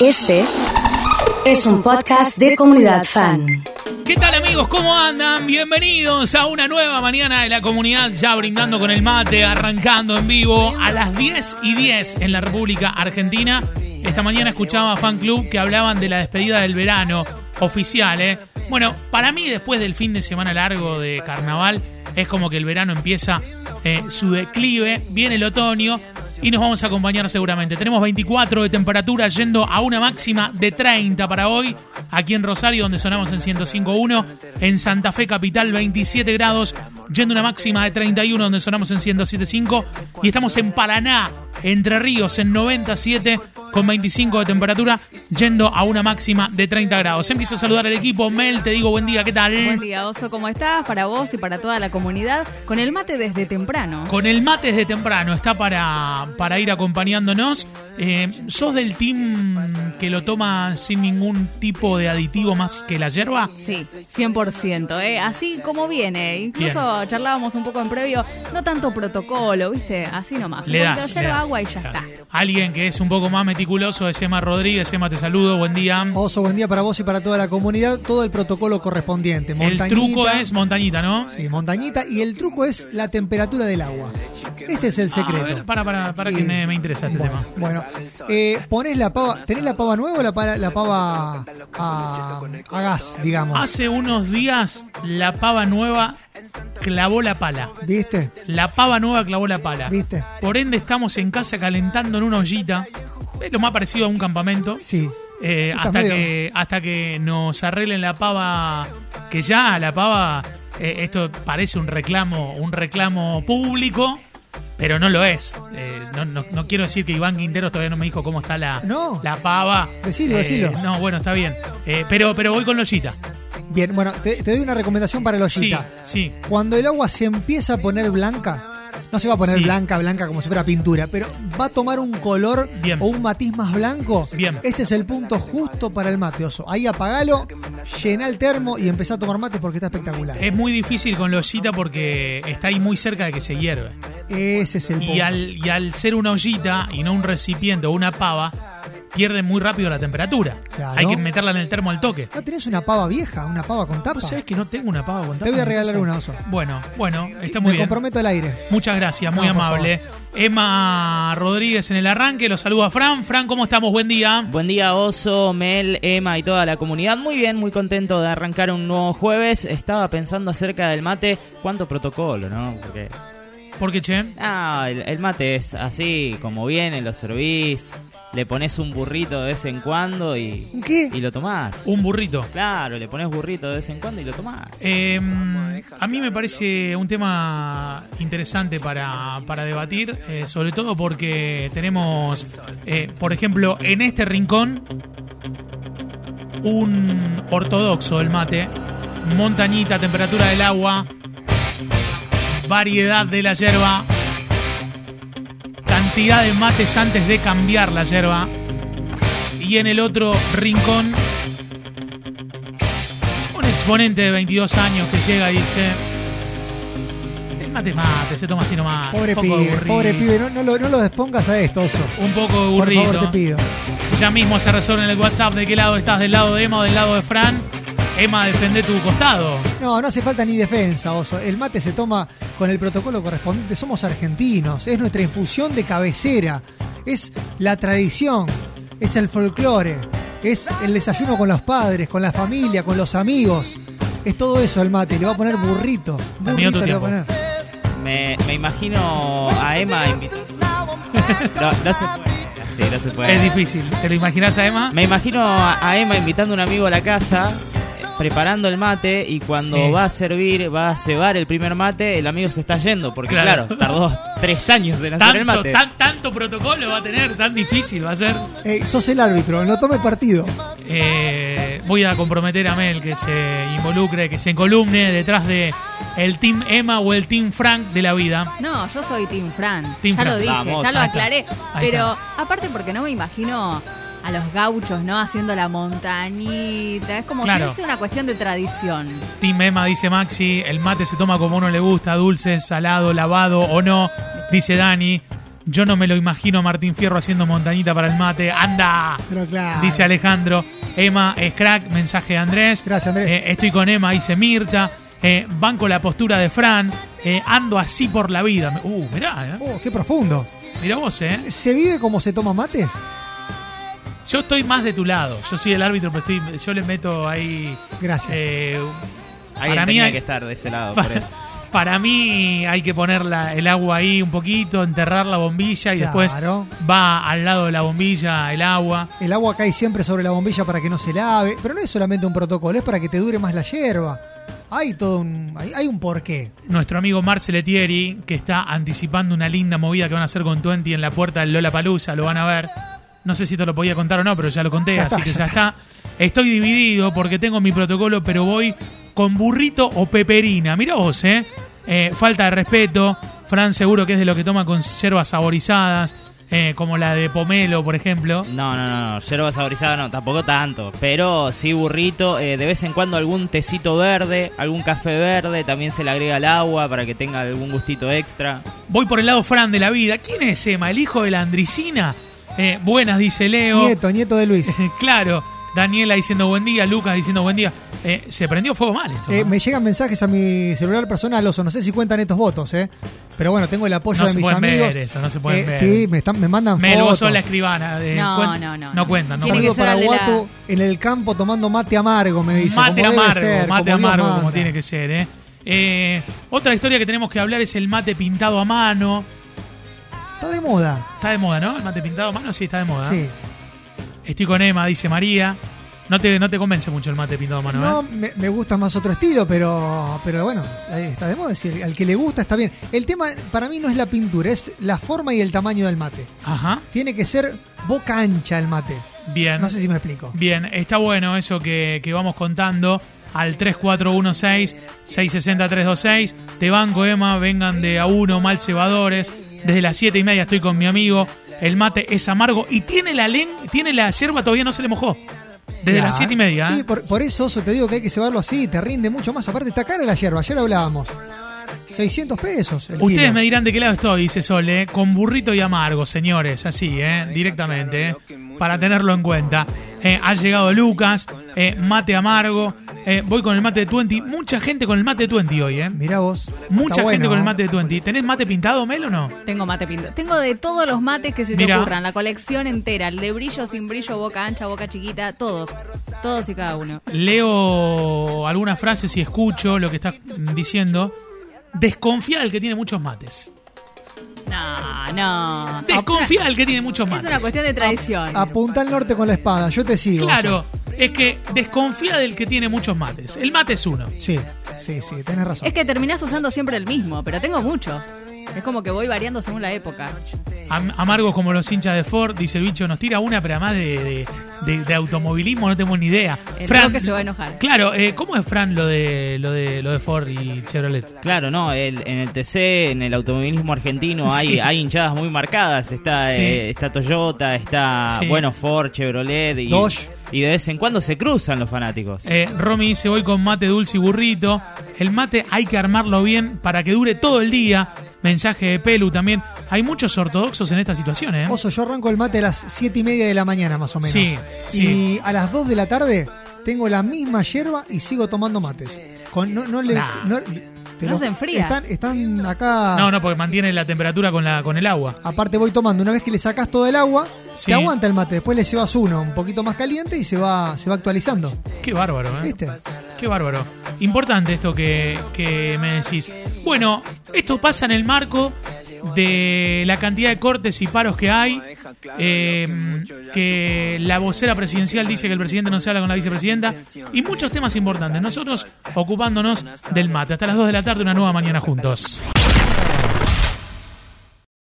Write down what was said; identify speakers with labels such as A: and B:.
A: Este es un podcast de comunidad fan.
B: ¿Qué tal amigos? ¿Cómo andan? Bienvenidos a una nueva mañana de la comunidad, ya brindando con el mate, arrancando en vivo a las 10 y 10 en la República Argentina. Esta mañana escuchaba a Fan Club que hablaban de la despedida del verano oficial, ¿eh? Bueno, para mí después del fin de semana largo de carnaval, es como que el verano empieza eh, su declive, viene el otoño y nos vamos a acompañar seguramente. Tenemos 24 de temperatura yendo a una máxima de 30 para hoy, aquí en Rosario donde sonamos en 105.1, en Santa Fe Capital 27 grados, yendo a una máxima de 31 donde sonamos en 107.5 y estamos en Paraná, Entre Ríos en 97 con 25 de temperatura, yendo a una máxima de 30 grados. Empiezo a saludar al equipo, Mel, te digo buen día, ¿qué tal?
C: Buen día, Oso, ¿cómo estás? Para vos y para toda la comunidad, con el mate desde temprano.
B: Con el mate desde temprano, está para, para ir acompañándonos. Eh, ¿Sos del team que lo toma sin ningún tipo de aditivo más que la hierba?
C: Sí, 100%, ¿eh? así como viene. Incluso charlábamos un poco en previo, no tanto protocolo, ¿viste? Así nomás.
B: Le
C: un
B: das,
C: poquito de
B: le
C: yerba,
B: das,
C: agua y ya
B: le das.
C: está.
B: Alguien que es un poco más meticuloso es Emma Rodríguez. Emma, te saludo, buen día.
D: Oso, buen día para vos y para toda la comunidad. Todo el protocolo correspondiente.
B: El truco es montañita, ¿no?
D: Sí, montañita. Y el truco es la temperatura del agua. Ese es el
B: A ver,
D: secreto.
B: para, para, Ah, para que
D: Sí.
B: me, me interesa este tema.
D: Bueno, bueno, eh, ponés la pava. ¿Tenés la pava nueva o la, pa- la pava a, a gas, digamos?
B: Hace unos días la pava nueva clavó la pala.
D: ¿Viste?
B: La pava nueva clavó la pala.
D: ¿Viste?
B: Por ende estamos en casa calentando en una ollita. Es lo más parecido a un campamento.
D: Sí.
B: Eh,
D: Estás
B: hasta,
D: medio-
B: que, hasta que nos arreglen la pava, que ya la pava, eh, esto parece un reclamo, un reclamo público, pero no lo es. Eh, no, no- no quiero decir que Iván Quinteros todavía no me dijo cómo está la,
D: No.
B: la pava. Eh,
D: Decilo, decilo.
B: No, bueno, está bien. Eh, pero, pero voy con Lollita.
D: Bien, bueno, te, te doy una recomendación para los
B: Sí,
D: chita.
B: sí.
D: Cuando el agua se empieza a poner blanca, no se va a poner
B: Sí.
D: blanca, blanca como si fuera pintura, pero va a tomar un color
B: Bien.
D: o un matiz más blanco.
B: Bien.
D: Ese es el punto justo para el mate, oso. Ahí apagalo, llená el termo y empezá a tomar mate porque está espectacular.
B: Es muy difícil con Lollita porque está ahí muy cerca de que se hierve.
D: Ese es el punto.
B: Eh, Y al, y al ser una ollita y no un recipiente o una pava, pierde muy rápido la temperatura.
D: Claro.
B: Hay que meterla en el termo al toque.
D: ¿No tenés una pava vieja? ¿Una pava con tapa?
B: ¿Vos sabés que no tengo una pava con
D: Te
B: tapa
D: voy a
B: en mi
D: regalar
B: casa?
D: una, oso.
B: Bueno, bueno, está muy
D: Me
B: bien.
D: comprometo al aire.
B: Muchas gracias, muy
D: No, por
B: amable. Emma Rodríguez en el arranque, lo saluda Fran. Fran, ¿cómo estamos? Buen día.
E: Buen día Oso, Mel, Emma y toda la comunidad. Muy bien, muy contento de arrancar un nuevo jueves. Estaba pensando acerca del mate. ¿Cuánto protocolo, no? Porque
B: Porque, che,
E: ah, el, el mate es así, como viene, lo servís, le pones un burrito de vez en cuando y,
D: ¿Un qué?
E: y lo tomás.
B: un burrito.
E: Claro, le pones burrito de vez en cuando y lo tomás.
B: Eh, a mí me parece un tema interesante para, para debatir, eh, sobre todo porque tenemos, eh, por ejemplo, en este rincón, un ortodoxo del mate, montañita, temperatura del agua, variedad de la yerba, cantidad de mates antes de cambiar la yerba, y en el otro rincón, un exponente de 22 años que llega y dice: El mate es mate, se toma así nomás.
D: Pobre
B: un poco
D: pibe,
B: aburrido,
D: pobre pibe. No, no lo, no lo expongas a esto, oso.
B: Un poco
D: Por
B: aburrido.
D: favor, te pido.
B: Ya mismo se resuelve en el WhatsApp de qué lado estás, del lado de Emma o del lado de Fran. Emma, defende tu costado.
D: No, no hace falta ni defensa, oso. El mate se toma con el protocolo correspondiente. Somos argentinos, es nuestra infusión de cabecera, es la tradición, es el folclore, es el desayuno con los padres, con la familia, con los amigos. Es todo eso el mate, le va a poner burrito.
B: Terminó tu
D: Burrito le va a
B: tiempo.
D: poner.
E: Me, me imagino a Emma invi- no, no se puede. Sí, no se puede.
B: Es difícil. ¿Te lo imaginas a Emma?
E: Me imagino a a Emma invitando a un amigo a la casa, eh, preparando el mate y cuando
B: Sí.
E: va a servir, va a cebar el primer mate, el amigo se está yendo porque
B: Claro.
E: claro, tardó tres años en hacer el
B: Tanto,
E: mate.
B: tan- tanto protocolo va a tener, tan difícil va a ser.
D: Ey, sos el árbitro, no tome partido.
B: Eh, voy a comprometer a Mel que se involucre, que se encolumne detrás de el Team Emma o el Team Frank de la vida.
C: No, yo soy Team Fran.
B: Team
C: ya
B: Fran.
C: lo dije,
E: Vamos,
C: ya lo
B: ahí está,
C: aclaré.
B: ahí
C: Pero aparte porque no me imagino a los gauchos, ¿no? Haciendo la montañita. Es como
B: Claro.
C: si fuese una cuestión de tradición.
B: Team Emma dice Maxi, el mate se toma como a uno le gusta, dulce, salado, lavado o no, dice Dani. Yo no me lo imagino a Martín Fierro haciendo montañita para el mate. ¡Anda!
D: Pero claro.
B: Dice Alejandro. Emma es crack. Mensaje de Andrés.
D: Gracias, Andrés.
B: Eh, estoy con Emma, dice Mirta. Eh, banco la postura de Fran. Eh, ando así por la vida. Uh, mirá, eh.
D: Oh, qué profundo.
B: mirá vos, eh.
D: ¿Se vive como se toma mates?
B: Yo estoy más de tu lado. Yo soy el árbitro, pero estoy, yo le meto ahí.
D: Gracias.
B: eh,
E: Alguien
B: para mí
E: tenía
B: hay-
E: que estar de ese lado, por
B: para,
E: eso.
B: para mí hay que poner la- el agua ahí un poquito, enterrar la bombilla y después
D: Claro.
B: va al lado de la bombilla el agua.
D: El agua cae siempre sobre la bombilla para que no se lave. Pero no es solamente un protocolo, es para que te dure más la hierba. Hay todo un. Hay, hay un porqué.
B: Nuestro amigo Marceletieri, que está anticipando una linda movida que van a hacer con Twenty en la puerta del Lola Palusa, lo van a ver. No sé si te lo podía contar o no, pero ya lo conté,
D: Ya
B: así
D: está,
B: que
D: ya
B: ya está. Estoy dividido porque tengo mi protocolo, pero voy con burrito o peperina. Mira vos, ¿eh? Eh, Falta de respeto. Fran seguro que es de lo que toma con hierbas saborizadas, eh, como la de pomelo, por ejemplo.
E: No, no, no, no, yerba saborizada no, tampoco tanto. Pero sí burrito, eh, de vez en cuando algún tecito verde, algún café verde, también se le agrega al agua para que tenga algún gustito extra.
B: Voy por el lado Fran de la vida. ¿Quién es Emma? ¿El hijo de la Andricina? Eh, buenas, dice Leo.
D: Nieto, nieto de Luis.
B: claro. Daniela diciendo buen día, Lucas diciendo buen día. Eh, se prendió fuego mal esto.
D: Eh,
B: ¿no?
D: me llegan mensajes a mi celular personal, oso. No sé si cuentan estos votos, ¿eh? Pero bueno, tengo el apoyo
B: No
D: de
B: se
D: mis
B: pueden ver
D: amigos. Eh,
B: eso, no se pueden ver.
D: Sí, me, están, me mandan
B: Mel, vos
D: fotos.
B: sos la escribana. de-
C: No,
B: cuen-
C: no, no,
B: No
C: no.
B: cuentan, no
C: Tiene
B: cuentan.
C: que
D: Saludo
C: ser
D: para
C: al de la-
D: Guatu en el campo tomando mate amargo, me dice.
B: Mate
D: como debe
B: amargo, mate
D: ser, como Dios
B: amargo, como
D: manda.
B: tiene que ser, ¿eh? Eh, Otra historia que tenemos que hablar es el mate pintado a mano.
D: Está de moda.
B: Está de moda, ¿no? El mate pintado a mano sí está de moda. ¿eh?
D: Sí.
B: Estoy con Emma, dice María. No te, no te convence mucho el mate pintado a mano,
D: No,
B: ¿eh?
D: me, me gusta más otro estilo, pero, pero bueno, ahí está de moda. decir, al que le gusta está bien. El tema para mí no es la pintura, es la forma y el tamaño del mate.
B: Ajá.
D: Tiene que ser boca ancha el mate.
B: Bien.
D: No sé si me explico.
B: Bien, está bueno eso que, que vamos contando al 3416-660-326. Te banco, Emma, vengan de a uno, mal cebadores. Desde las 7 y media estoy con mi amigo. El mate es amargo y tiene la len, tiene la yerba, todavía no se le mojó. Desde
D: Ya,
B: las 7 y media. ¿eh?
D: Sí, por, por eso, Oso, te digo que hay que cebarlo así, te rinde mucho más. Aparte, está cara la hierba, ayer hablábamos. 600 pesos. el
B: Ustedes
D: kilo.
B: me dirán de qué lado estoy, dice Sole, con burrito y amargo, señores, así, ¿eh? directamente, ¿eh? para tenerlo en cuenta. Eh, ha llegado Lucas, eh, mate amargo, eh, voy con el mate de 20, mucha gente con el mate de 20 hoy, ¿eh?
D: Mirá vos.
B: Mucha
D: está
B: gente
D: bueno,
B: con el
D: ¿eh?
B: mate de 20. ¿Tenés mate pintado, Mel, o no?
C: Tengo mate pinto. Tengo de todos los mates que se te
B: Mirá.
C: ocurran, la colección entera, el de brillo, sin brillo, boca ancha, boca chiquita, todos, todos y cada uno.
B: Leo algunas frases y escucho lo que estás diciendo. Desconfía del que tiene muchos mates.
C: No, no.
B: Desconfía del que tiene muchos
C: Es una
B: mates.
C: cuestión de tradición.
D: Apunta al norte con la espada, yo te sigo.
B: Claro, es que desconfía del que tiene muchos mates. El mate es uno.
D: Oso. Sí, sí, sí, tenés razón.
C: Es que terminás usando siempre el mismo, pero tengo muchos. Es como que voy variando según la época.
B: Am- amargos como los hinchas de Ford, dice el bicho, nos tira una, pero además de, de- de- de automovilismo no tenemos ni idea.
C: El Roque se va a enojar.
B: Claro, eh, ¿cómo es Fran lo de, lo de lo de Ford y Chevrolet?
E: Claro, no, el- en el TC, en el automovilismo argentino, hay,
B: Sí.
E: hay hinchadas muy marcadas. Está,
B: Sí.
E: eh, está Toyota, está,
B: Sí.
E: bueno, Ford, Chevrolet y,
D: Dodge.
E: y de vez en cuando se cruzan los fanáticos.
B: Eh, Romy dice, voy con mate dulce y burrito. El mate hay que armarlo bien para que dure todo el día. Mensaje de Pelu también. Hay muchos ortodoxos en estas situaciones. ¿eh?
D: Oso, yo arranco el mate a las 7 y media de la mañana más o menos.
B: Sí, sí.
D: Y a las 2 de la tarde tengo la misma hierba y sigo tomando mates. Con, no, no le,
B: Nah.
D: no- te
C: No se enfría.
D: Están, están acá.
B: No, no, porque mantiene la temperatura con, la, con el agua.
D: Aparte voy tomando, una vez que le sacás todo el agua,
B: Sí.
D: te aguanta el mate, después le llevas uno un poquito más caliente y se va, se va actualizando.
B: Qué bárbaro, ¿eh?
D: ¿Viste?
B: Qué bárbaro. Importante esto que, que me decís. Bueno, esto pasa en el marco de la cantidad de cortes y paros que hay. eh, que la vocera presidencial dice que el presidente no se habla con la vicepresidenta. Y muchos temas importantes. Nosotros ocupándonos del mate. Hasta las 2 de la tarde, una nueva mañana juntos.